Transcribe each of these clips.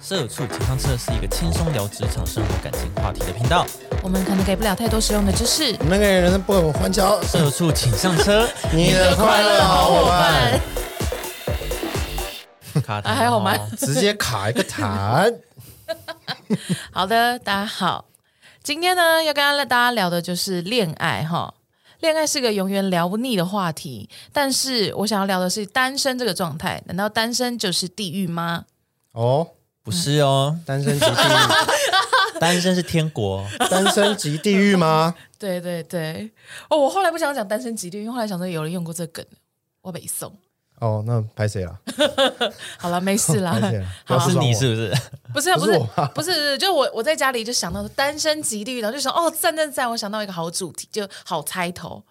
社畜情商车是一个轻松聊职场、生活、感情话题的频道。我们可能给不了太多实用的知识。那个人不我欢笑，社畜请上 车，你的快乐好 伙伴，卡啊哎还好吗哦直接卡一个痰。好的，大家好，今天呢要跟大家聊的就是恋爱哈。恋爱是个永远聊不腻的话题，但是我想要聊的是单身这个状态。难道单身就是地狱吗？哦，不是哦，单身即地狱，单身是天 国。单身即地狱吗？对对对，哦，我后来不想讲单身即地狱，因为后来想说有人用过这梗，我北宋。哦，那拍谁了？好了，没事啦拍，谁了？哦不是你不是爽不是？不是啊不不是是我吧不是，就我我在家里就想到单身即地狱，然后就想哦赞赞赞，我想到一个好主题，就好开头。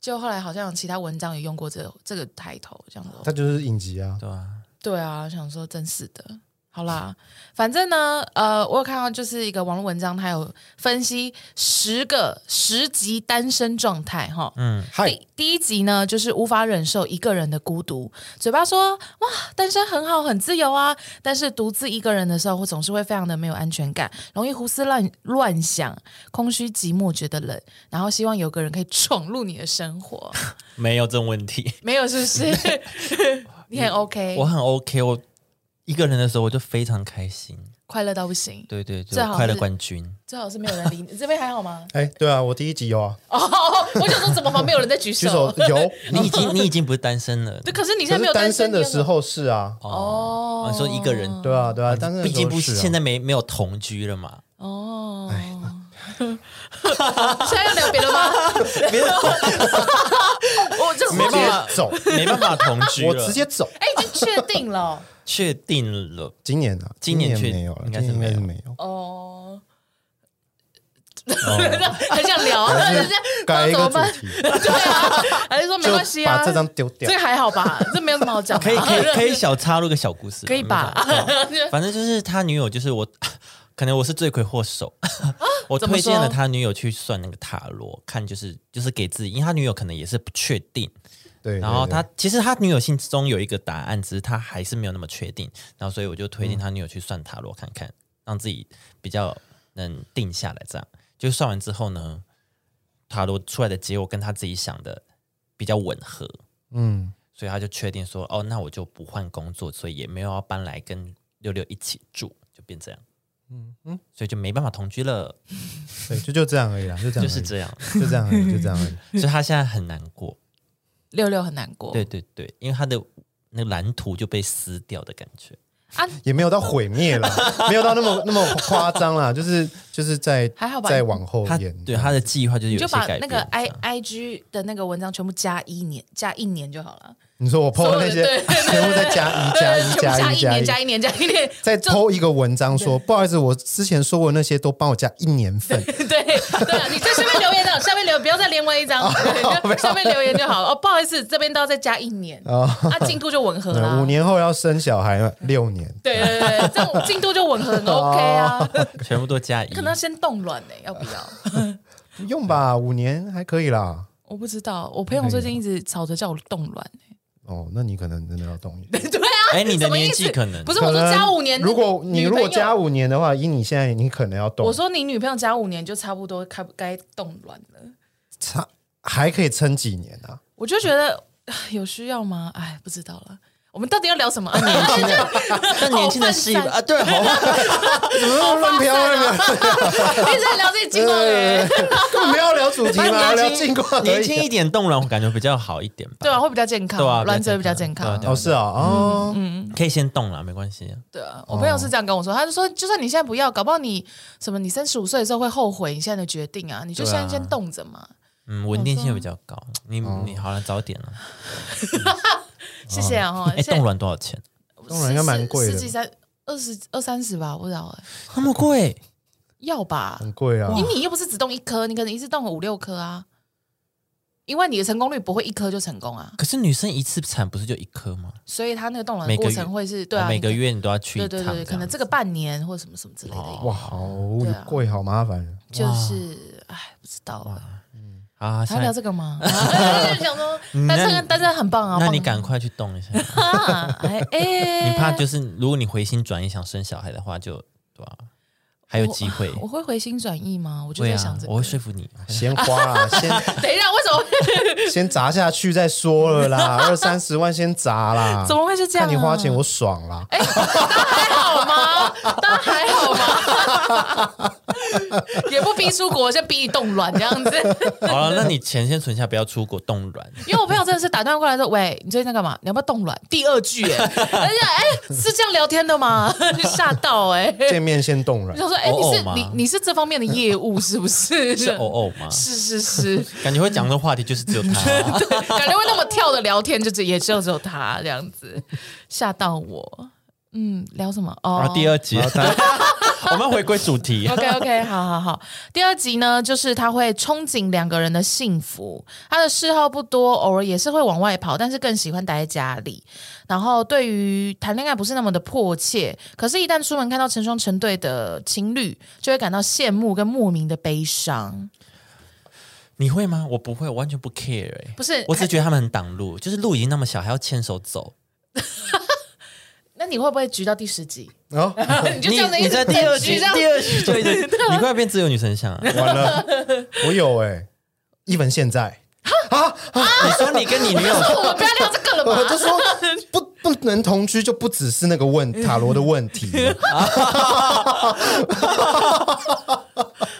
就后来好像其他文章也用过这这个抬头，这样我， 子。他就是影集啊。对啊，对啊，想说真是的。好啦，反正呢，呃，我有看到就是一个网络文章，它有分析十个十级单身状态哈。嗯，嗨，第第一集呢，就是无法忍受一个人的孤独，嘴巴说哇单身很好，很自由啊，但是独自一个人的时候，我总是会非常的没有安全感，容易胡思乱乱想，空虚寂寞，觉得冷，然后希望有个人可以闯入你的生活， 没有这种问题，没有是不 是？你很 OK，我很 OK。我一个人的时候我就非常开心，快乐到不行，对对对最，好是快乐冠军。最好是没有人理你，这边还好吗？哎，对啊，我第一集有啊， 哦，我想说怎么旁边有人在举举手手？有。你已 经你已经不是单身了，对，可是你现在可没是有单身身的你有时候是啊，哦啊你说一个人，对啊，对啊，单身的毕时竟候不是是啊现在没没有同居了 嘛。哦。现在要聊别的吗？没有我这没直接办法走，没办法同居了，我直接走。哎，已经确定了确定 了。今年啊，今年确没有了，应今该是年应该是没没有。哦。很想聊，但是改一怎么个主办？题，对啊，还是说 没 就关系啊？把这张丢掉这。个还好吧？这没有什么好讲的，可以 可以可以小插入个小故事，可以吧没办法？哦 对反正就是他女友，就是我， 可能我是罪魁祸首。 我啊怎么推说荐了他女友去算那个塔罗，看就是就是给自己，因为他女友可能也是不确定。对，对然后对他其实他女友心中有一个答案，只是他还是没有那么确定。然后所以我就推嗯荐他女友去算塔罗看看，让自己比较能定下来。这样就算完之后呢，塔罗出来的结果跟他自己想的比较吻合。嗯，所以他就确定说，哦，那我就不换工作，所以也没有要搬来跟六六一起住，就变这样。嗯嗯，所以就没办法同居了，对，就就这样而已啦，就这样而已，就是这 样。就这样而已，就这样而已。所以他现在很难过， 六六很难哦过。对对对，因为他的那个蓝图就被撕掉的感觉。啊，也没有到毁灭了，没有到那么那么夸张啦，就是就是在还好吧再往后他演，对他的计划就是你有就些把改变。那个 I 这样 I G 的那个文章全部加一年，加一年就好了。你说我破了那所些有的对全部再加一加一 全部加加一一年，加加一，一年，加一年，再偷一个文章说不好意思，我之前说过那些都帮我加一年 份，对对啊，你在下面留言的，下面留不要再连完一哦张，对就下面留言就好了。哦，不好意思，这边都要再加一年，啊，进度就吻合啦。哦五年后要生小孩了，六年，对对对，对这种进度就吻合很哦 OK 啊。 全部都加一可，能要先冻卵呢、要不要？不用吧，五年还可以啦。我不知道，我朋友最近一直吵着叫我冻卵、 哦，那你可能真的要动一点。对啊，哎，你的什么意年思纪可能不是我说可能加五年，如果你女如朋友果加，五年的话，以你现在你可能要动，我说你女朋友加五年就差不多该该冻卵了，差还可以撑几年啊？我就觉得唉有需要吗？哎，不知道了。我们到底要聊什么？啊 但年轻的是一好个啊， 对，好怎么乱飘乱飘？一直在聊自己经过的，根本没有聊主 题嘛，聊近况而已啊。年轻一点动了，我感觉比较好一点吧。对啊，会比较健康，对啊卵子会比较健对啊康对啊。哦，是啊，哦，嗯可以先动了，没关系。对啊，我朋友哦是这样跟我说，他就说，就算你现在不要，搞不好你什么，你三十五岁的时候会后悔你现在的决定啊，你就对现啊在先冻着嘛。嗯，稳定性会比较高。你哦你好了，早点了。谢谢啊，哈，哎，现在冻卵多少钱？冻卵应该蛮贵的十十几三二十二三十吧，我不知道哎，那么贵？要吧？很贵啊。因为你又不是只动一颗，你可能一次动个五六颗啊，因为你的成功率不会一颗就成功啊，可是女生一次产不是就一颗吗？所以他那个冻卵的每个过月哦程会是对啊，每个你可月你都要去对一对趟对，对可能样这个半年或什么什么之类的，哦哇，好对啊贵，好麻烦。就是哎，不知道啊。啊，还要下聊一这 个吗？啊就想说，但那是你跟但是很棒啊，那棒 你赶快去动一下，啊！哎哎，你怕就是如果你回心转意想生小孩的话，就对吧、还有机会。我会回心转意吗？我就对在啊想这，个。我会说服你。 先花 啊，先等一下，为什么会，先砸下去再说了啦，二三十万先砸啦怎么会是这样、啊？看你花钱我爽啦。哎，那还好吗？那还好吗？ 也不逼出国，先逼你冻卵这样子。好了，那你钱先存下，不要出国冻 卵。因为我朋友真的是打电话过来说：“喂，你最近在干嘛？你要不要冻卵？”第二句、 哎，而且哎，是这样聊天的吗？吓到哎、见面先动我软，想说，哎、你偶是偶吗你你是这方面的业务是不是？是偶偶吗？是是是，感觉会讲的话题就是只有他。 对，啊感觉会那么跳的聊天，就只也只有只有他这样子，吓到我。嗯，聊什么？哦，然啊后第二集， 我们回归主题。 OK OK，好 好好。第二集呢，就是他会憧憬两个人的幸福。他的嗜好不多，偶尔也是会往外跑，但是更喜欢待在家里。然后对于谈恋爱不是那么的迫切，可是，一旦出门看到成双成对的情侣，就会感到羡慕跟莫名的悲伤。你会吗？我不会，我完全不 care 欸不是我只是觉得他们很挡路，就是路已经那么小，还要牵手走。那你会不会局到第十集？哦， 你就你这样的你一直在第二等集，局这样第二集就已 经，你快变自由女神像啊！完了，我有哎、一文现在， 你说你跟你 女友我们不要聊这个了我吧？ 就说不不能同居，就不只是那 个问塔罗的问题，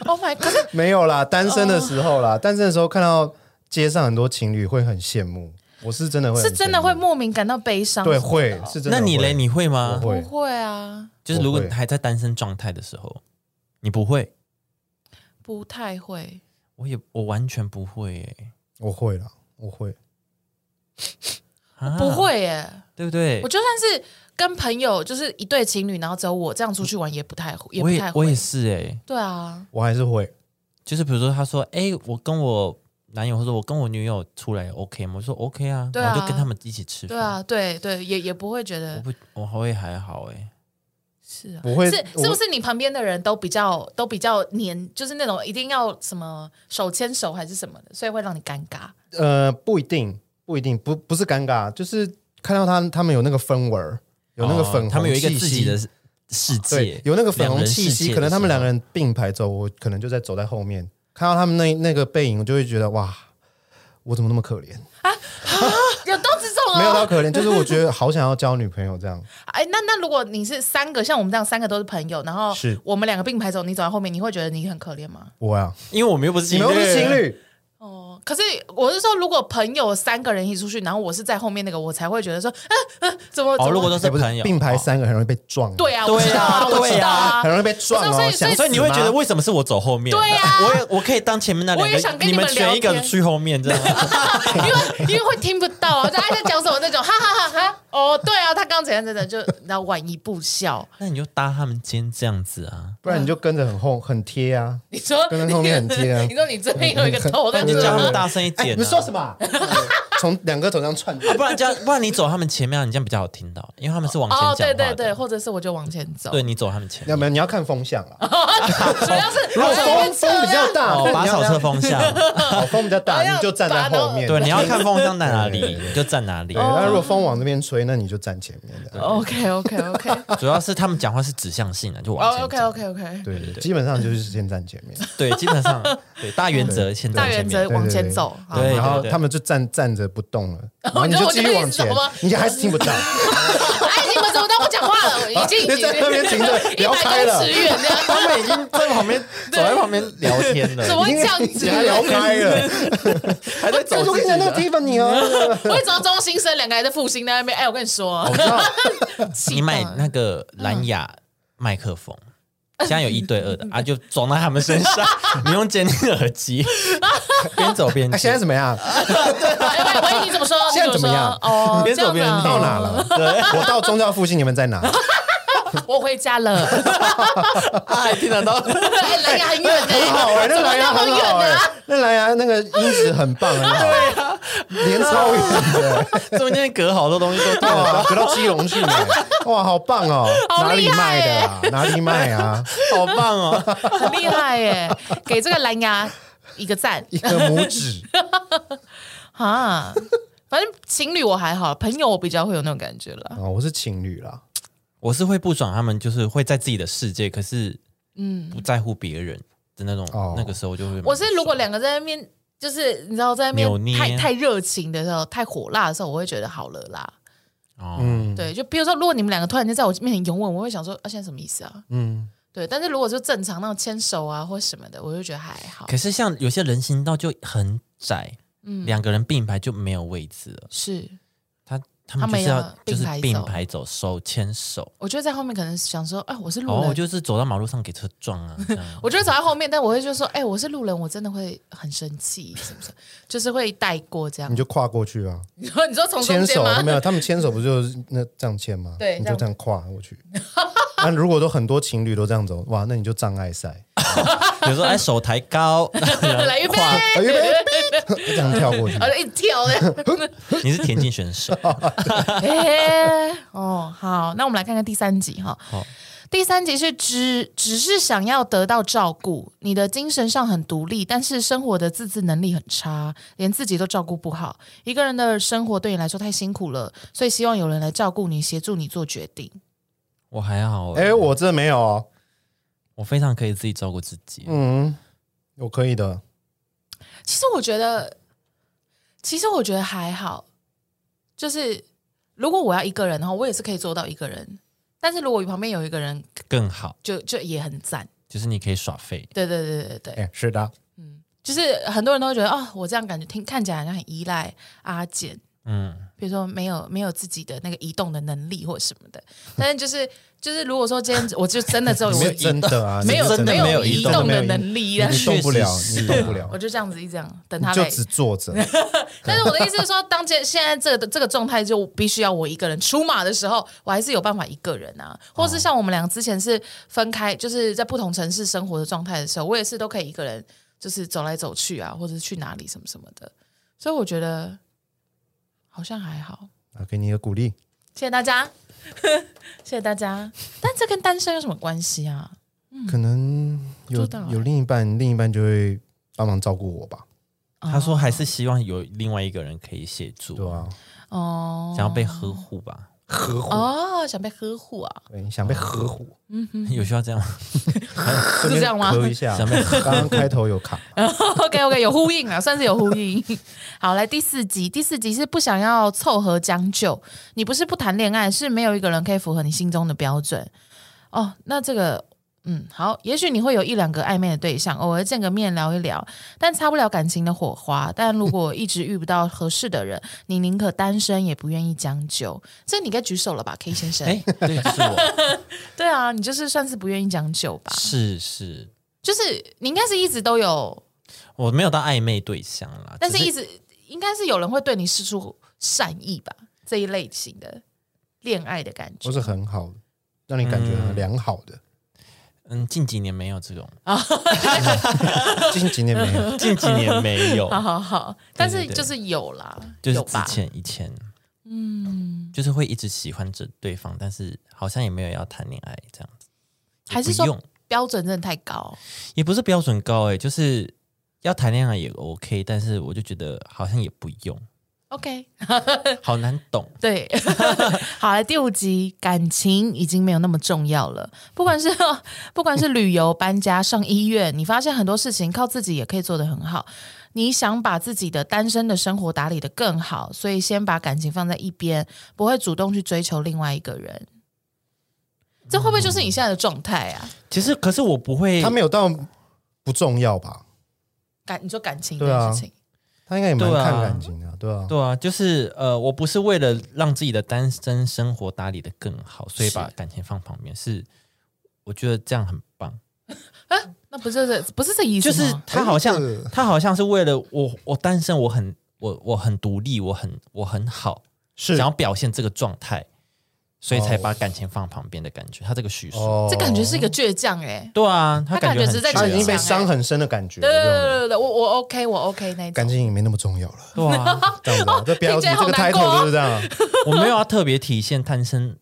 Oh my god！可是没有啦，单身的时候啦，哦单身的时候看到街上很多情侣会很羡慕，我是真的会，是真的会，莫名感到悲伤。对，会是真的会。那你嘞？你会吗？我会不会啊，就是如果我会你还在单身状态的时候，你不会，不太会。我也我完全不会欸耶、我会了，我会，啊不，会耶、对不对我？就算是跟朋友，就是一对情侣，然后只有我这样出去玩，也不太会，也我不也太我会也。是哎、对啊，我还是会。就是比如说他说，哎、我跟我男友或者我跟我女友出来 OK 吗？我说 OK 啊，对啊然后就跟他们一起吃饭。对，啊，对对，也也不会觉我得不我还会还好哎、是啊。我会是我是不是你旁边的人都比较都比较黏，就是那种一定要什么手牵手还是什么的，所以会让你尴尬。呃，不一定，不一定，不不是尴尬，就是看到他他们有那个氛围儿，有那个粉红、哦他们有一个自己的。世对界，有那个粉两红气人世界的时息，候可能他们两个人并排走，我可能就在走在后面，看到他们那那个背影，我就会觉得哇，我怎么那么可怜？有都这种没有到哦。可怜，就是我觉得好想要交女朋友这样。哎，那那如果你是三个，像我们这样三个都是朋友，然后是我们两个并排走，你走在后面，你会觉得你很可怜吗？我啊，因为我们又不是你情侣，们又不是情，侣，哦，可是我是说，如果朋友三个人一起出去，然后我是在后面那个，我才会觉得说，啊啊，怎么？怎哦，么如果都哎是不是朋友，并排哦三个很容易被撞，对啊，对啊我知道啊，我知道啊很，容易被撞不是所哦。以想所以所以你会死吗觉得为什么是我走后面？对啊我也我可以当前面那两我也想个，跟你们们选一个聊天去后面，这样 吗因为因为会听不到啊，在在讲什么那种，哈哈哈哈。哦，对啊，他刚怎样怎样，就然后晚一步笑。 那你就搭他们肩这样子啊。不然你就跟着很后很贴啊。你说跟他后面很贴啊 你说你这边有一个头在那你就叫他们这，大声一哎，点、啊你说什么啊？ 从两个头上窜，啊不然这样，不然你走他们前面、啊，你这样比较好听到，因为他们是往前讲哦话，对的。对对，，或者是我就往前走，啊对你走他们前要面，没有？你要看风向啊 啦。主要是如果哦风风比较大，哦，把手侧车风向，风比较大，我哦要你就站在后面。对，你要看风向在哪对里，你就站哪里对，。啊哦那如果风往那边吹，那你就站前面的。 OK OK OK 主要是他们讲话是指向性的，就往前哦 OK 走 OK OK，对对对基本上就是先站前面，对，基本上对大原则先大站前原面则。 往前对走，好对然后对他们就站站着不动了，然后你你就就继续 我就往一直走前吗，你还是听 不到，哎，你们怎么都不讲话了？已经 你在那边停着一聊百开公了尺远这样，他们已经 在旁边走在旁边聊天怎了，么会这样已子？经聊开 了，还在这走是我自己跟你讲那的。个 Tiffany 哦，为什么中心生两个还在复兴在那边？哎，我跟你说，你买那个蓝牙麦克风，现在有一对二的啊，就装到他们身上，你用监听耳机，边走边那啊现在听。怎么样？哎喂喂，你怎么说？ 现在怎么样你哦，边这走样子边啊听到哪了？我到宗教复兴，你们在哪？我回家了。 哎，听得 到。哎，蓝牙很远很呢，好哎，那蓝牙很好啊哎，那蓝牙那个音质很 棒，很好，对呀，连超远的，哎中间隔好多东西都听得到，哇，隔到基隆 去哎，哇，好棒哦，好哪厉里害卖的哎 啊？哪里卖啊？好棒哦！很厉害耶！给这个蓝牙一个赞一个拇指，哈。反正情侣我还好，朋友我比较会有那种感觉了。啊、我是情侣啦，我是会不爽他们，就是会在自己的世界，可是嗯，不在乎别人的那种。哦那个时候就会蛮不我爽，是如果两个在那边，就是你知道在那扭边捏太太热情的时候，太火辣的时候，我会觉得好了啦。哦，嗯，，对，就比如说，如果你们两个突然间在我面前拥吻，我会想说，啊，现在什么意思啊？嗯，对，但是如果就正常那种牵手啊或什么的，我就觉得还好。可是像有些人行道就很窄，嗯两个人并排就没有位置了。是，他他他们们就是要要就并是排并走排走，手牵手。我觉得在后面可能想说，哎，我是路哦，人，我就是走到马路上给车撞啊， 这样我就会走在后面，但我会就说，哎、我是路人，我真的会很生气，是不是？ 就是会带过这样你。就跨过去啊，你说，你说从中嗯牵间手吗没？有？他们牵手不就是那这样牵吗？对你这就样这样跨过去。那如果都很多情侣都这样走，哇，那你就障 碍赛，有时候哎手抬 高，来预备，啊预备， 这样跳过 去我。就一跳的。你是田径选手， 哎、哦，好，那我们来看看第三集哈。好第三集是只只是想要得到照顾，你的精神上很独立，但是生活的自制能力很差，连自己都照顾不好。一个人的生活对你来说太辛苦了，所以希望有人来照顾你，协助你做决定。 我还好欸，哎，我这没有哦，我非常可以自己照顾自己。嗯，我可以的，其实我觉得，其实我觉得还好，就是如果我要一个人的话，我也是可以做到一个人。但是如果旁边有一个人，更好就就也很赞。就是你可以耍废，对对对对对，哎，是的，就是很多人都会觉得，哦，我这样感觉听看起来好像很依赖阿简，嗯，比如说没有没有自己的那个移动的能力或什么的。但是就是就是，如果说今天我就真的只有我没有真 的啊，没有你真的没有移移动动没有的移能力啊你，动不了确，实是你动不了我，就这样子一直这样等你他就来。只坐 着。但是我的意思是说，当现现在这个这个状态，就必须要我一个人出马的时候，我还是有办法一个人啊，或是像我们两个之前是分开，就是在不同城市生活的状态的时候，我也是都可以一个人，就是走来走去啊，或者是去哪里什么什么的，所以我觉得好像还好。啊，给你一个鼓励，谢谢大家，谢谢大家。 但这跟单身有什么关系啊？可能有不知道哎有另一半，另一半就会帮忙照顾我吧，他说还是希望有另外一个人可以协助，对吧？哦，想要被呵护吧？呵护，哦，想被呵护啊，对，你想被呵护，有需要这样吗？ 是这样吗？咳一下，想被刚刚开头有 卡， OK OK，有呼应啊，算是有呼应。 好，来第四集，第四集是不想要凑合将就，你不是不谈恋爱，是没有一个人可以符合你心中的标准。哦，那这个。嗯，好，也许你会有一两个暧昧的对象，偶尔见个面聊一聊，但擦不了感情的火花。但如果一直遇不到合适的人， 你宁可单身也不愿意将就。这你该举手了吧，K 先生？哎，对，是 我，对啊，你就是算是不愿意将就吧，是是，就是你应该是一直都有我没有到暧昧对象啦，但是只一直应该是有人会对你施出善意吧，这一类型的恋爱的感觉都。是很好的，让你感觉很良好的。嗯，近几年没有这种，近几年 没有，近几年没 有，好好好，但是对对就是有啦，就是有之吧？前以前，嗯，就是会一直喜欢着对方，但是好像也没有要谈恋爱这样子，也还是不说用标准真的太高？也不是标准高哎、就是要谈恋爱也 OK，但是我就觉得好像也不用， OK，好难懂。对，好来第五集，感情已经没有那么重要了。不管是不管是旅游、搬家、上医院，你发现很多事情靠自己也可以做得很好。你想把自己的单身的生活打理得更好，所以先把感情放在一边，不会主动去追求另外一个人。这会不会就是你现在的状态啊？其实，可是我不会，他没有到不重要吧？感你说感情这对啊件事情，他应该也蛮对啊看感情的，对啊，对啊，就是呃，我不是为了让自己的单身生活打理的更好，所以把是感情放旁边，是我觉得这样很棒。那不是这不是这意思就吗？是他好像哎这个他好像是为了我，我单身，我很我我很独立，我很我很好，是想要表现这个状态，所以才哦把感情放旁边的感觉。他这个叙述，哦这感觉是一个倔强哎、对啊，他感感觉很只是在倔啊他已经被讲欸伤很深的感觉，对对对这种对对对，我我 OK 我 OK 那一种感。情也没那么重要了。对啊， 这样子啊，这标题哦听起来这好个难过哦 title 就是这样啊，我没有要特别体现单身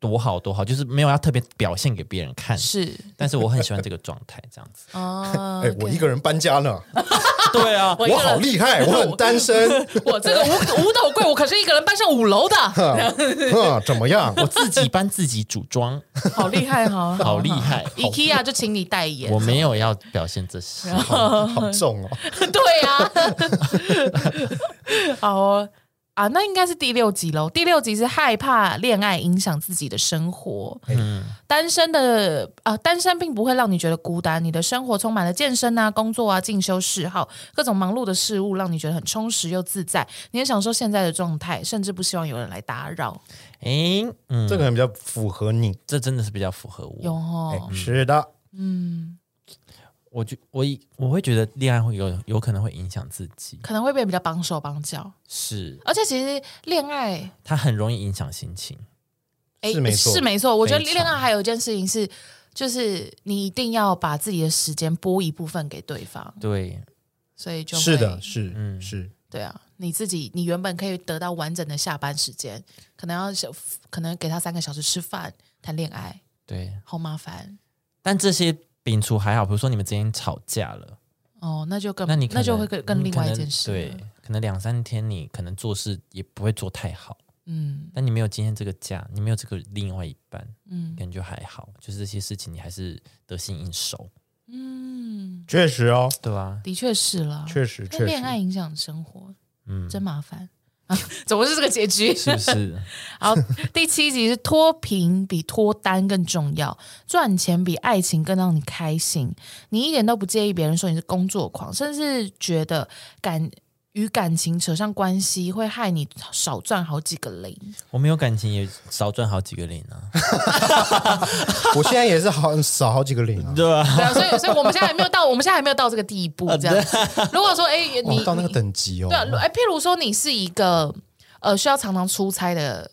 多好多好，就是没有要特别表现给别人看，是但是我很喜欢这个状态，这样子。哦，哎，我一个人搬家呢， 对啊，我一个我人哦好厉害，我很单身， 我这个五五斗柜，我可是一个人搬上五楼 的，哼，啊怎么样？哦我自己帮自己组 装，好厉害哈，好厉 害。哦！IKEA 就请你代言我，没有要表现这些，好好重哦， 嗯对呀、啊， 好哦。啊，那应该是第六集喽。第六集是害怕恋爱影响自己的生活。嗯，单身的啊、单身并不会让你觉得孤单，你的生活充满了健身啊、工作啊、进修嗜好，各种忙碌的事物，让你觉得很充实又自在。你很享受现在的状态，甚至不希望有人来打扰。诶，嗯，这个人比较符合你。这真的是比较符合有我。哎哦，，是的，嗯，我觉我以我会觉得恋爱会有有可能会影响自己，可能会变比较绑手绑脚，是而且其实恋爱它很容易影响心情。诶是没错是没错。我觉得非常恋爱还有一件事情是，就是你一定要把自己的时间拨一部分给对方，对，所以就会是的，，是，嗯嗯，是。对啊，你自己你原本可以得到完整的下班时间，可能要小可能给他三个小时吃饭、谈恋爱，对，好麻烦但这些摒除还好，比如说你们之间吵架了，哦，那就更那你可能就会更更嗯另可外一能件事，对，，可能两三天你可能做事也不会做太好，嗯但你没有今天这个假，你没有这个另外一半，嗯感觉还好，就是这些事情你还是得心应手，嗯，确实哦，对啊吧？的确是啦，确实但确恋爱实，影响生活，嗯，真麻烦。 啊，怎么是这个结 局？是不是？好，第七集是脱贫比脱单更重要，赚钱比爱情更让你开心。你一点都不介意别人说你是工作狂，甚至觉得感与感情扯上关系会害你少赚好几个零。我没有感情也少赚好几个零啊，我现在也是好少好几个零啊，对吧？对啊，所以所以我们现在还没有到，我们现在还没有到这个地步。这 啊样，如果说哎、哇你，到那个你等级哦对，啊，哎，譬如说你是一个呃需要常常出差的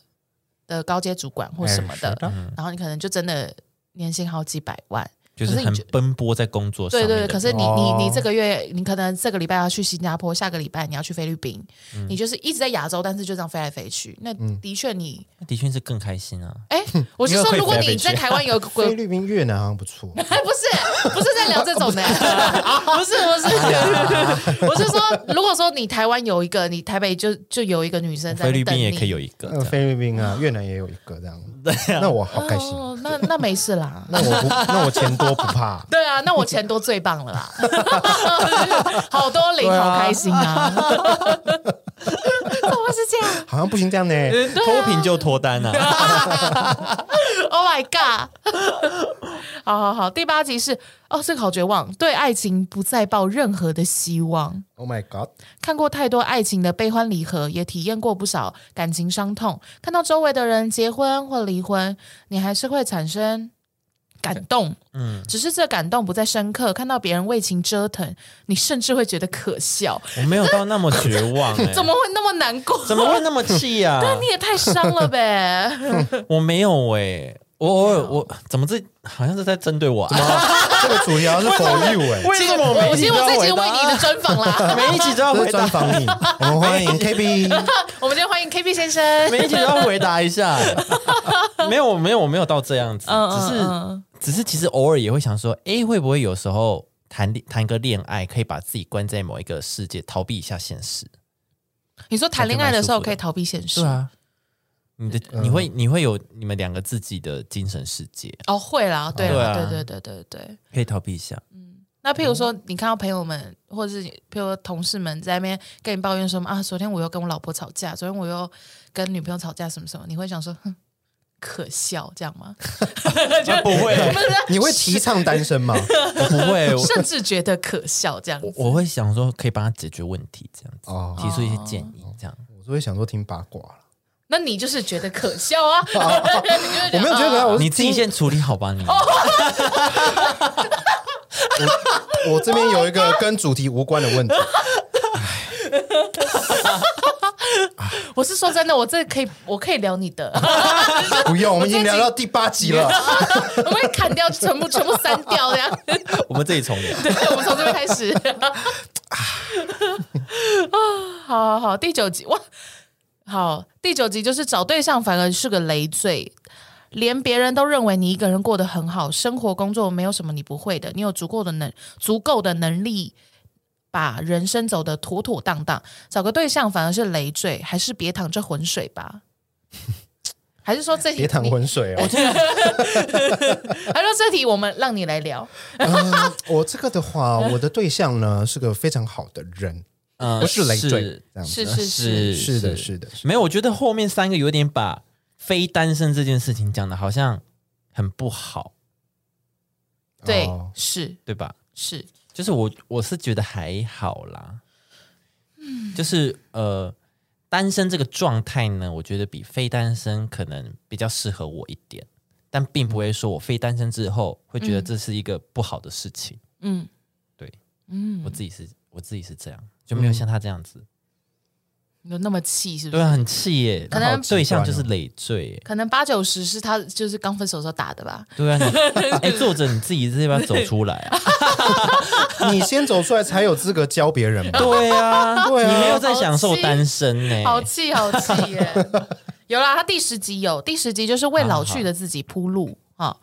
的高阶主管或什么的，嗯哎是然后你可能就真的年薪好几百万。就是可是很你觉奔波在工作上对面的对人。对，可是你哦你你这个月，你可能这个礼拜要去新加坡，下个礼拜你要去菲律宾，嗯你就是一直在亚洲，但是就这样飞来飞去。那的确你，的确是更开心啊。 哎、我嗯是因为说，会如果飞来你飞去在台 湾有个国，菲律宾、越南好像不错，哎，不是不是在聊这 种的，不是不哎是， 我是说，如果说你台湾有一个，你台北就就有一个女生在菲那律宾边等也你可以有一个呃，这样，菲律宾啊，越南也有一个 这样，那我好开心。啊哦，那那没事啦。，那我不，那我钱多不怕 对啊，那我钱多最棒了啦，啊 好多零，对啊好开心啊！ 怎么是这样？好像不行这样 呢。啊脱贫就脱单啊。 Oh my god！好好好，第八集是哦，这个好绝望，对爱情不再抱任何的希望。 Oh my god！看过太多爱情的悲欢离合，也体验过不少感情伤痛。看到周围的人结婚或离婚，你还是会产生感动，嗯，只是这感动不再深刻。看到别人为情折腾，你甚至会觉得可笑， 我没有到那么绝 望哎，怎么会那么难过？怎么 会那么气啊？你也太伤了呗！我没有哎，我我我怎么这好像是在针对我啊？这个主题好像是 for you 哎，为什么我每一其集实都我要自己回为你的答？专访啦。每一集都要这回是答专，访 你，我们欢迎 KB。 我们今天欢迎 KB 先生。每一集都要回答一 下。没有，没有，我没有到这样子，嗯只是嗯只是其实偶尔也会想说，诶，会不会有时候谈恋谈个恋爱，可以把自己关在某一个世界，逃避一下现实？嗯你说谈恋爱的时候感觉蛮舒服的可以逃避现实，对啊，嗯你的你会你会有你们两个自己的精神世界，哦，会啦，对对啦，啊对对对对对。可以逃避一下。那譬如说，你看到朋友们或者是譬如说同事们在那边跟你抱怨说啊，昨天我又跟我老婆吵架，昨天我又跟女朋友吵架，什么什么，你会想说，哼，可笑这样吗？啊、不 会，不是，你会提倡单身吗？我不 会，我甚至觉得可笑这样子。我会想说可以帮他解决问题，这样子 哦，提出一些建议，这样。我是会想说听八卦了，那你就是觉得可笑 啊？ 你就是我没有觉得啊啊可爱，我是你自己听先处理好吧，你。我这边有一个跟主题无关的 问题，我是说真的，我这可以，我可以聊你的， 不用，我们已经聊到第八集了。我会砍掉全部，全部删掉这样。我们这里重聊。 对，我们从这边开 始。啊， 好好好，第九集哇，好，第九集就是找对象反而是个累赘。连别人都认为你一个人过得很好，生活工作没有什么你不会的，你有足够的能足够的能力把人生走得妥妥当当，找个对象反而是累赘，还是别淌这浑水吧。 还是说这题 别淌你浑水哦。 还是说这题我们让你来聊？嗯我这个的 话，我的对象呢是个非常好的人，嗯不呃是累赘，这样是子。是是是，是的，是的，没有，我觉得后面三个有点把非单身这件事情讲的好像很不好，对哦，是对吧？是，就是我我是觉得还好啦，嗯就是呃，单身这个状态呢，我觉得比非单身可能比较适合我一点，但并不会说我非单身之后会觉得这是一个不好的事情。嗯，对嗯我，自己是，我自己是这样，就嗯没有像他这样子，有那么气是不对是？啊，很气耶，嗯可能然后对象好就极端是哦累赘耶。可能八九十是他就是刚分手的时候打的吧？对啊， 你哎、作者你自己是要不要走出来啊？你先走出来才有资格教别人 嘛。对啊，对啊你没有在享受单身呢、好气好气 耶！有啦，他第十集有，第十集就是为老去的自己铺路啊、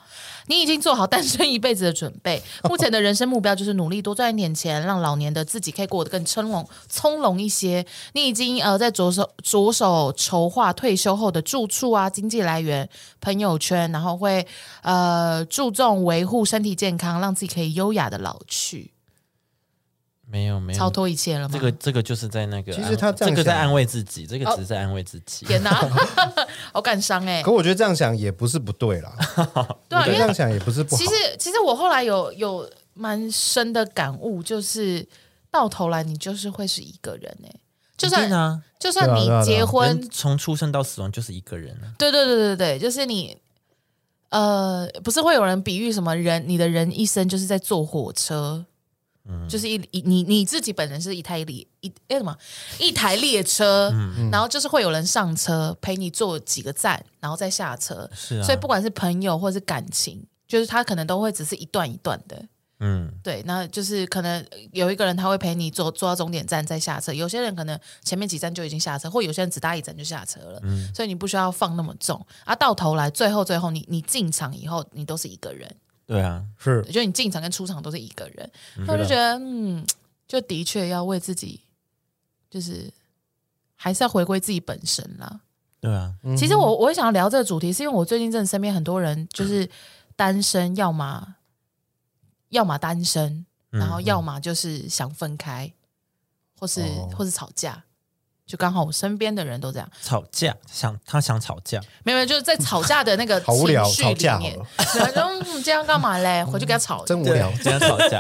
你已经做好单身一辈子的准 备，目前的人生目标就是努力多赚一点钱，让老年的自己可以过得更从容从容一些。你已经呃在着手着手筹划退休后的住处啊、经济来源、朋友圈，然后会呃注重维护身体健康，让自己可以优雅的老去，没有没有，超脱一切了吗？哎这个这个就是在那个安，其实他这样这个在想安慰自己，这个哦只是在安慰自己。天哪， 好感伤哎、可我觉得这样想也不是不对 啦，对啊，我因觉得为这样想也不是不好其。实，其实我后来有有蛮深的感悟，就是到头来你就是会是一个人哎、就一算、定啊，就算对啊对啊你对啊结婚，人从出生到死亡就是一个人啊。对对对对对，就是你，呃，不是会有人比喻什么人，你的人一生就是在坐火车，嗯就是一一你你自己本人是一台列一哎什么一台列车，嗯然后就是会有人上车陪你坐几个站，然后再下车，是啊，所以不管是朋友或是感情，就是他可能都会只是一段一段的。嗯，对，那就是可能有一个人他会陪你坐坐到终点站再下车，有些人可能前面几站就已经下车，或有些人只搭一站就下车了，所以你不需要放那么重啊。到头来最后最后你你进场以后你都是一个人，对啊，是就你进场跟出场都是一个人，嗯那我就觉得嗯，就的确要为自己，就是还是要回归自己本身啦。对啊，其实我我会想要聊这个主题，是因为我最近真的身边很多人就是单身，要么要么单身，嗯然后要么就是想分开，或是、哦或是吵架。就刚好我身边的人都这样，吵架想他想吵架，没有没有，就是在吵架的那个 好无聊情绪吵架里面，然后嗯这样干嘛嘞？回去跟他吵，真无聊，今天吵 架，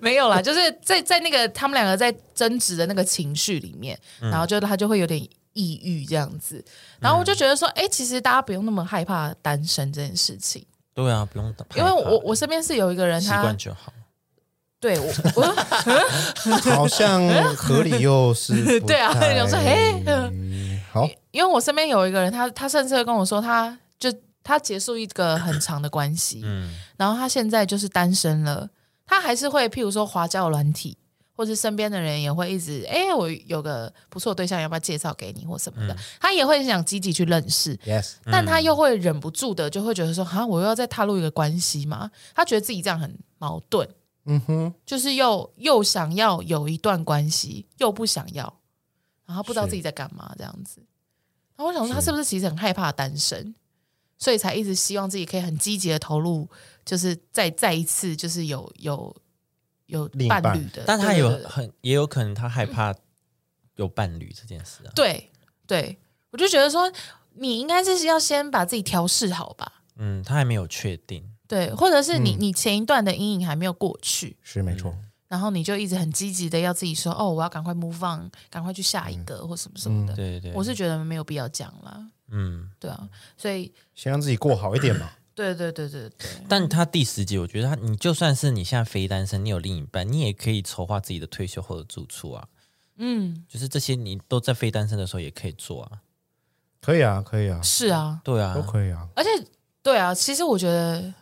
没有啦，就是在在那个他们两个在争执的那个情绪里面，嗯然后就他就会有点抑郁这样子，然嗯后我就觉得说，哎、其实大家不用那么害怕单身这件事情，对啊，不用害怕，因为我我身边是有一个人习他，惯就好。对我我好像合理又 是不对啊太想说嘿嗯好，因为我身边有一个人，他他甚至会跟我说，他就他结束一个很长的关系，嗯，然后他现在就是单身了，他还是会譬如说滑交友软体，或是身边的人也会一直，哎、我有个不错的对象，要不要介绍给你或什么的，他也会想积极去认识， yes，但他又会忍不住的就会觉得说，哈，我又要再踏入一个关系嘛，他觉得自己这样很矛盾，嗯哼，就是又又想要有一段关系，又不想要，然后不知道自己在干嘛这样子。然后我想说，他是不是其实很害怕单身，所以才一直希望自己可以很积极的投入，就是再再一次就是有有有另一伴半侣的，但他呃对有对对很也有可能他害怕有伴侣这件事啊。对对，我就觉得说，你应该是要先把自己调试好吧，嗯，他还没有确定。对，或者是你、嗯你前一段的阴影还没有过去，是没错，然后你就一直很积极的要自己说，哦，我要赶快 move on，赶快去下一个、或什么什么的。嗯对对，我是觉得没有必要讲啦，嗯，对啊，所以先让自己过好一点 嘛。对对对对对，但他第十集，我觉得他你就算是你现在非单身，你有另一半，你也可以筹划自己的退休后的住处啊。嗯，就是这些你都在非单身的时候也可以做啊。可以啊，可以啊，是啊，对啊都，可以啊。而且对啊，其实我觉得，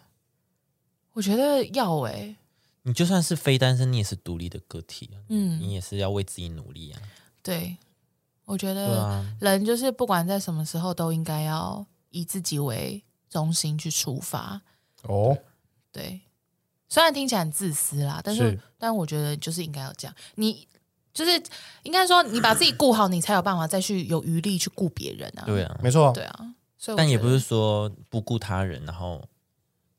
我觉得要哎、你就算是非单身，你也是独立的个体啊，嗯，你也是要为自己努力啊。对，我觉对得啊，人就是不管在什么时候都应该要以自己为中心去出发。哦，对，虽然听起来很自私啦，但是是但我觉得就是应该要这样，你。就是应该说，你把自己顾好，你才有办法再去有余力去顾别人啊。对啊，没错，对啊，所以我但也觉不得是说不顾他人，然后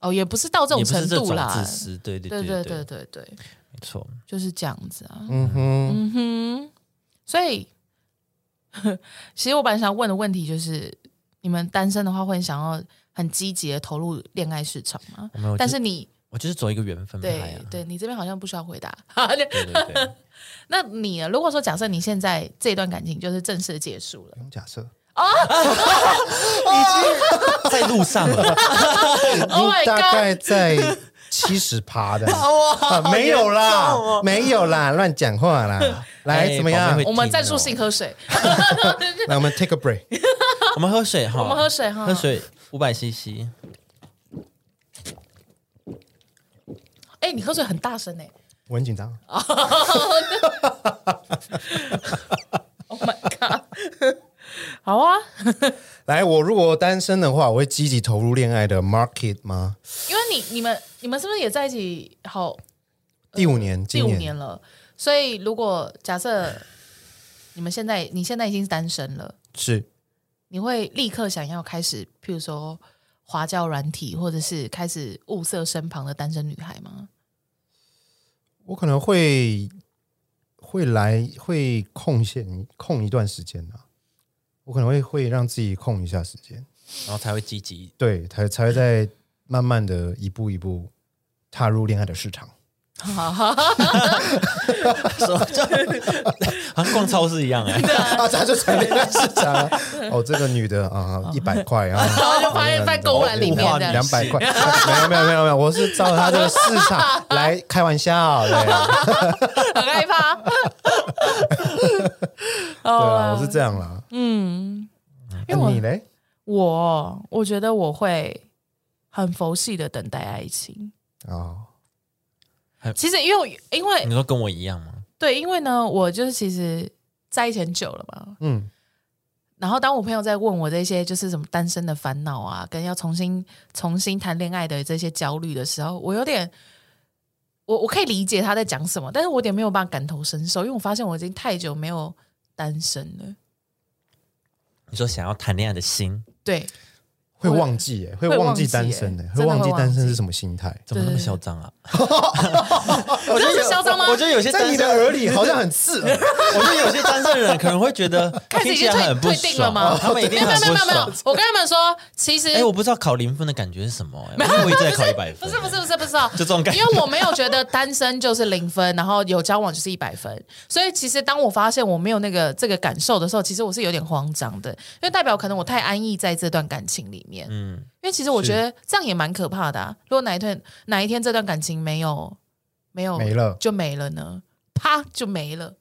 哦，也不是到这也种不是程这度种啦自。私，对对对对对对对对，没错，就是这样子啊。嗯哼，嗯哼，所以 其实我本来想问的问题就是，你们单身的话会想要很积极的投入恋爱市场嗯吗我没有就，但是你我就是走一个缘分派对啊，对，你这边好像不需要回答。 对对对， 那你呢如果说假设你现在这段感情就是正式结束了嗯不，用假设，啊 在路上啊了，已 Oh my 经大概在七十趴 的，啊没有哦啦，没有啦，乱讲话啦，来哎怎么样宝贝？ 会我们停战术哦性喝水，来，我们 take a break， 我们喝水哈，我们喝水哈喝水五百 CC，哎，你喝水很大声哎我很紧张，啊，Oh my god！好啊，来，我如果单身的话，我会积极投入恋爱的 market 吗？因为你你们你们是不是也在一起好第五年，第今五年了，所以如果假设你们现在你现在已经是单身了，是你会立刻想要开始，譬如说滑教软体，或者是开始物色身旁的单身女孩吗？ 我可能会会来会空闲空一段时间啊，我可能会会让自己空一下时间，然后才会积极。 对，才才会在慢慢的一步一步踏入恋爱的市场。 说 就好像逛超市一样哎、啊，咱就成恋爱市场了。哦，这个女的啊，一百块然啊，哦后就发现在购物篮里面这样两百块，没有没有没有没有，我是照她这个市场来开玩笑的。对很害 怕。啊，哦我是这样啦。嗯，因为那我你嘞？我我觉得我会很佛系的等待爱情。哦，其实因为我因为你说跟我一样吗？对，因为呢，我就是其实在一起很久了嘛，嗯，然后当我朋友在问我这些就是什么单身的烦恼啊，跟要重新重新谈恋爱的这些焦虑的时候，我有点，我我可以理解他在讲什么，但是我有点没有办法感同身受，因为我发现我已经太久没有单身了，你说想要谈恋爱的心对，会忘记耶，会会忘忘记记单耶身耶，真会的忘会记忘单身记是什么心态？怎么那么对对嚣张啊？我真的是嚣张吗？我觉得有些在单你的身，耳里好像很刺耳。 我觉得有些单身人可能会觉得开始听已起经来退很不退定了爽吗？他们一定没有很没有不没有没有爽。，我跟他们说，其实哎、我不知道考零分的感觉是什么、欸，没有因为我一直在考一百分、不是不是不是不是哦，就这种感觉因为我没有觉得单身就是零分，然后有交往就是一百分，所以其实当我发现我没有那个这个感受的时候，其实我是有点慌张的，因为代表可能我太安逸在这段感情里面，嗯，因为其实我觉得这样也蛮可怕的、啊，如果哪一天哪一天这段感情没有没有没了就没了呢，啪就没了，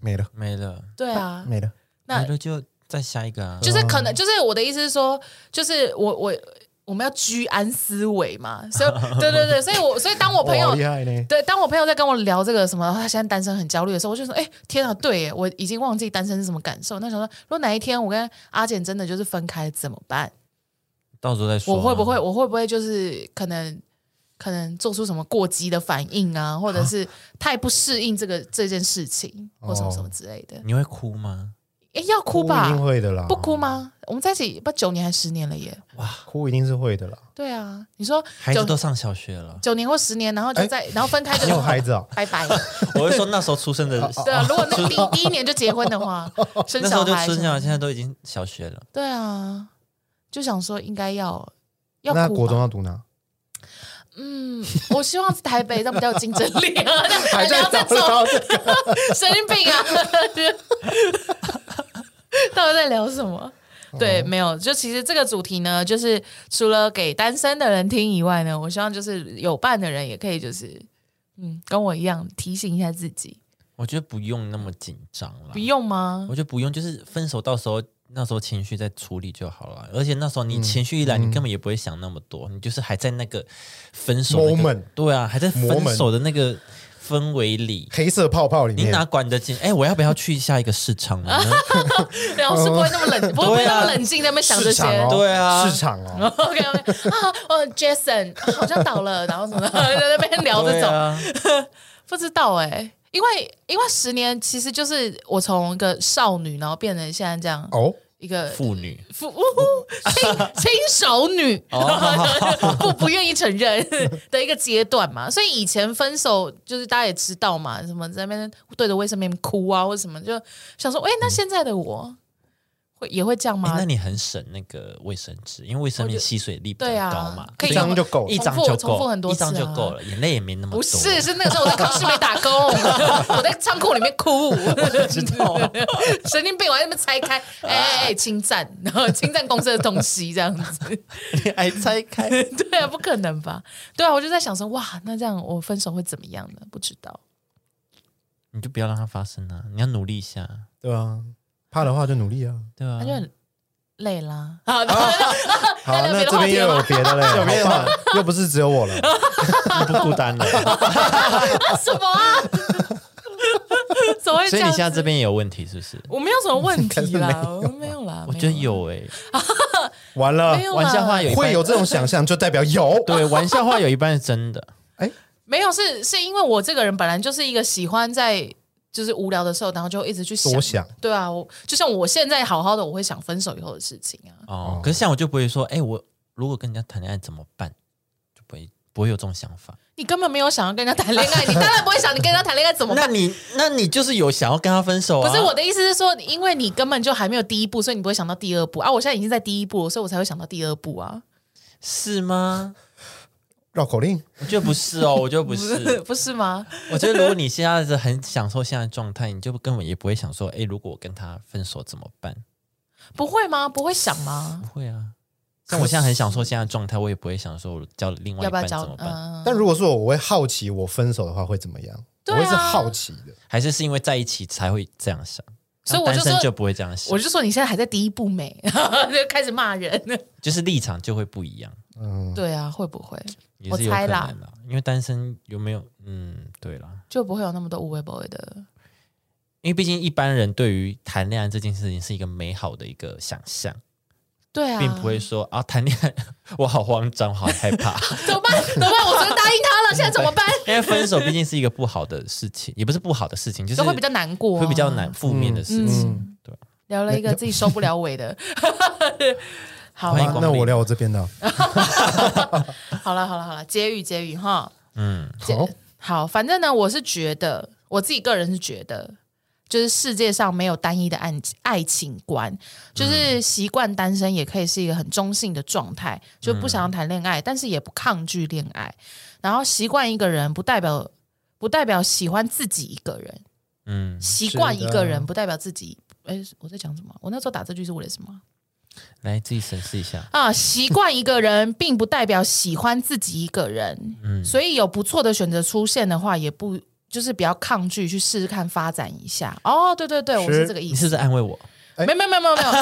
没了，没了，对啊，没了，那没了就再下一个嗯啊。就是可能，就是我的意思是说，就是我我我们要居安思危嘛，所以对对对，所以我所以当我朋哇友好厉害呢。对，当我朋友在跟我聊这个什么啊他现在单身很焦虑的时候，我就说，哎、天啊，对耶，我已经忘记单身是什么感受。那想说，如果哪一天我跟阿简真的就是分开怎么办？到时候再说啊、我会不会，我会不会就是可能可能做出什么过激的反应啊，或者是太不适应这个这件事情，或什么什么之类的？你会哭吗？哎、要哭吧哦一？定会的啦，不哭吗？我们在一起不九年还十年了耶？哭一定是会的啦。对啊，你说孩子九都上小学 了，九年或十年，然后就在、然后分开就哎你有孩子啊？拜拜。我 是说那时候出生的，对啊，如果那 第第一年就结婚的话，生那时小候就孩出什生么小孩，现在都已经小学了。对啊，就想说应该要 要那哭吧国中要读哪？嗯，我希望是台北，这样比较有竞争力啊。 还还在要再找走，到这个 神经病啊！到底在聊什么？嗯对，没有，就其实这个主题呢，就是除了给单身的人听以外呢，我希望就是有伴的人也可以，就是嗯，跟我一样提醒一下自己，我觉得不用那么紧张啊啦不，用吗我？觉得不用，就是分手到时候那时候情绪再处理就好了。而且那时候你情绪一来，你根本也不会想那么多，你就是还在那个分手那个 Moment 对啊，还在分手的那个氛围里，黑色泡泡里你面，哪管得进？哎，我要不要去下一个市场 呢？老师不会那么冷，不会不会那么冷静在那边想这哦市些。嗯 场哦，对啊市场哦， OK OK 啊，哦，Jason 好像倒 了，然后什么的在那边聊这对种，啊，不知道哎、因为因为十年其实就是我从一个少女，然后变成现在这样哦，一个妇女不呜呼轻 轻熟女，哦 不不愿意承认的一个阶段嘛。所以以前分手就是大家也知道嘛，什么在那边对着卫生棉哭啊，或什么，就想说，哎、那现在的我会也会这样嗯哎吗？那你很省那个卫生纸，因为卫生棉吸水力比较对啊高嘛，可以一所张就够一了。张就重复够很，多一次啊张就够了，眼泪也没那么多。不 是，是那个时候我在康师美打工， 我在仓库里面 哭，知道， 神经病，我还在那边拆开，哎哎哎，侵占， 然后侵占公司的东西这样子，你还拆开， 对啊，不可能吧？对啊，我就在想说，哇，那这样我分手会怎么样呢？不知道，你就不要让它发生啊！你要努力一下，对啊，怕的话就努力 啊。对啊那。就很累啦。啊好，那那别的这话边题又了有吗别的 嘞，好棒，又不是只有我了，不孤单的。啊 什么啊？ 怎么会这所以样你子？现在这边也有问题是不是？我没有什 么问题应该啦是没，我没有啦，我觉得没啦，有哎，完了没，有啦玩笑话有一半会有这种想象就代表有，对，玩笑话有一半是真 的。没有，是是因为我这个人本来就是一个喜欢在就是无聊的时候，然后就一直去想。多想对啊，我就像我现在好好的，我会想分手以后的事情啊。哦，可是像我就不会说，哎、我如果跟人家谈恋爱怎么办，就不会不会有这种想法。你根本没有想要跟人家谈恋爱，你当然不会想你跟人家谈恋爱怎么办。你那你就是有想要跟他分手啊不是我的意思是说，因为你根本就还没有第一步，所以你不会想到第二步啊。我现在已经在第一步了，所以我才会想到第二步啊。是吗？绕口令，我觉得不是哦，我觉得不是。 不是吗？我觉得如果你现在是很享受现在的状态，你就根本也不会想说，哎、如果我跟他分手怎么办？不会吗？不会想吗不？会啊。像我现在很享受现在的状态，我也不会想说我交另外要一不要半找怎么？办？嗯、但如果说我会好奇我分手的话会怎么样，我对啊会是好奇的，还是是因为在一起才会这样想？所以像我就单身说就不会这样想，我就说你现在还在第一步没， 就开始骂人。就是立场就会不一样。嗯，对啊，会不会？也我是有猜可啦能的，因为单身有没有？嗯，对啦，就不会有那么多无微不微的。因为毕竟一般人对于谈恋爱这件事情是一个美好的一个想象，对啊，并不会说啊谈恋爱 我好慌张，我好害 怕，怎么办？怎么办？我昨天答应他了，现在怎么 办？因为分手毕竟是一个不好的事情，也不是不好的事情，就是就会比较难过、会比较难。负面的事情。嗯，对聊了一个自己收不了尾的。 好欢迎啊，光那临我聊我这边的，嗯好了，好了，好了，结语，结语哈。嗯， 好，好，反正呢，我是觉得，我自己个人是觉得，就是世界上没有单一的爱爱情观，嗯就是习惯单身也可以是一个很中性的状态，就不想要谈恋嗯爱，但是也不抗拒恋爱。然后习惯一个人，不代表不代表喜欢自己一个人，嗯，习惯一是的个人不代表自己。哎，我在讲什么？我那时候打这句是为了什么来自己审视一下，啊？习惯一个人，并不代表喜欢自己一个人。嗯，所以有不错的选择出现的话，也不就是比较抗拒去试试看发展一下。哦，对对对，我是是这个意你思。是不哎是安慰我？没有没有没有没有没有，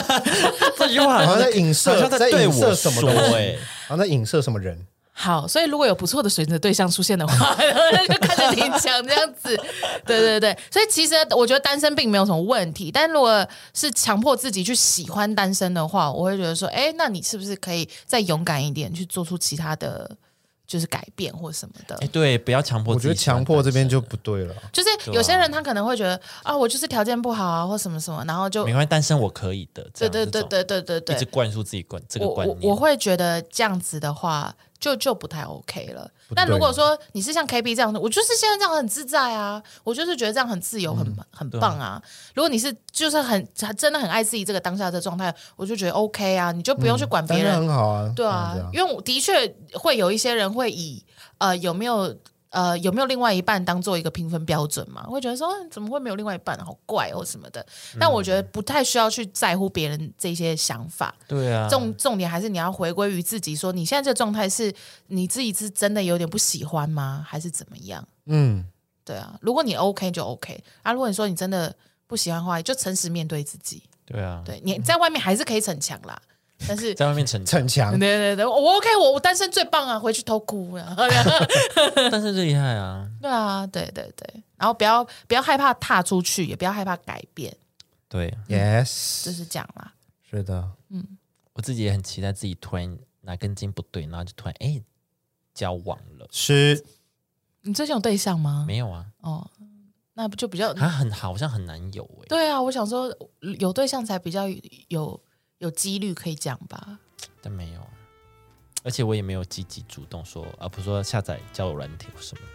这句话好像在影好射，像在对影射我什么说东西？哎，好像在啊影射什么人？好，所以如果有不错的选择对象出现的话， 那就看着你讲这样子。对对对，所以其实我觉得单身并没有什么问题，但如果是强迫自己去喜欢单身的话，我会觉得说，哎，那你是不是可以再勇敢一点，去做出其他的就是改变或什么的？哎，对，不要强迫我自己觉喜欢单身，得强迫这边就不对了，就是啊有些人他可能会觉得啊，我就是条件不好啊，或什么什么，然后就没关系，单身我可以的，这对样这对对种对对对对，一直灌输自己观这个我观我念，我会觉得这样子的话，就就不太 OK 了。但如果说你是像 KB 这样的，我就是现在这样很自在啊，我就是觉得这样很自由，嗯很很棒啊。如果你是就是很真的很爱自己这个当下的状态，我就觉得 OK 啊，你就嗯不用去管别当然人。很好啊，对啊这样，子因为我的确会有一些人会以呃有没有。呃，有没有另外一半当做一个评分标准嘛？会觉得说嗯怎么会没有另外一半，好怪哦什么的。嗯但我觉得不太需要去在乎别人这些想法，对啊，嗯重重点还是你要回归于自己，说你现在这个状态是你自己是真的有点不喜欢吗，还是怎么样？嗯，对啊，如果你 OK 就 OK 啊，如果你说你真的不喜欢的话，就诚实面对自己。对啊，对，你在外面还是可以逞强啦，但是在外面 逞强，逞强对，对对，我 OK，我我单身最棒啊，回去偷哭啊。 但是厉害啊！对啊，对对对，然后不要不要害怕踏出去，也不要害怕改变，对 yes，就是这样啦。是的，我自己也很期待自己突然哪根筋不对，然后就突然哎、交往了，是你最近有对象吗？没有啊？哦，那不就比较他很好像很难有哎、对啊？我想说有对象才比较有有几率可以讲吧。但没有啊。而且我也没有积极主动说，而、不是说下载交友软体或什么的，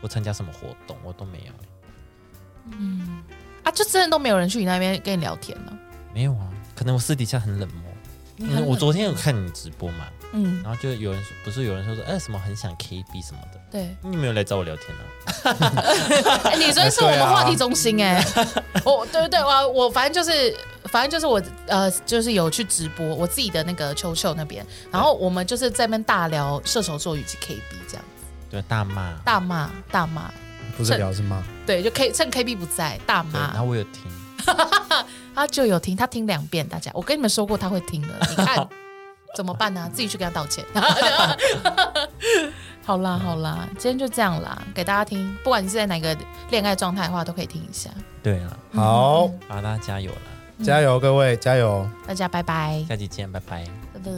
我参加什么活动我都没有、啊，就真的都没有人去你那边跟你聊天了。没有啊。可能我私底下很冷漠。你嗯很我昨天有看你直播嘛，嗯，然后就有人说，不是有人说说，哎、什么很想 KB 什么的，对，你没有来找我聊天啊？哎你真是我们话题 中心哎、啊我对对对，我我反正就是反正就是我呃，就是有去直播我自己的那个球球那边，然后我们就是在那边大聊射手座以及 KB 这样，对，大骂。大骂大骂，不是聊是吗？对，就 K 趁 KB 不在大对，然后骂，我有听，他就有听，他听两遍，大家我跟你们说过他会听的，你 看怎么办呢、自己去跟他道歉。 好啦好啦，今天就这样啦，给大家听，不管你是在哪个恋爱状态的话，都可以听一下。对啊，好，嗯好，大家加油啦，加油各位，加油。大家拜拜，下期见，拜拜。拜拜。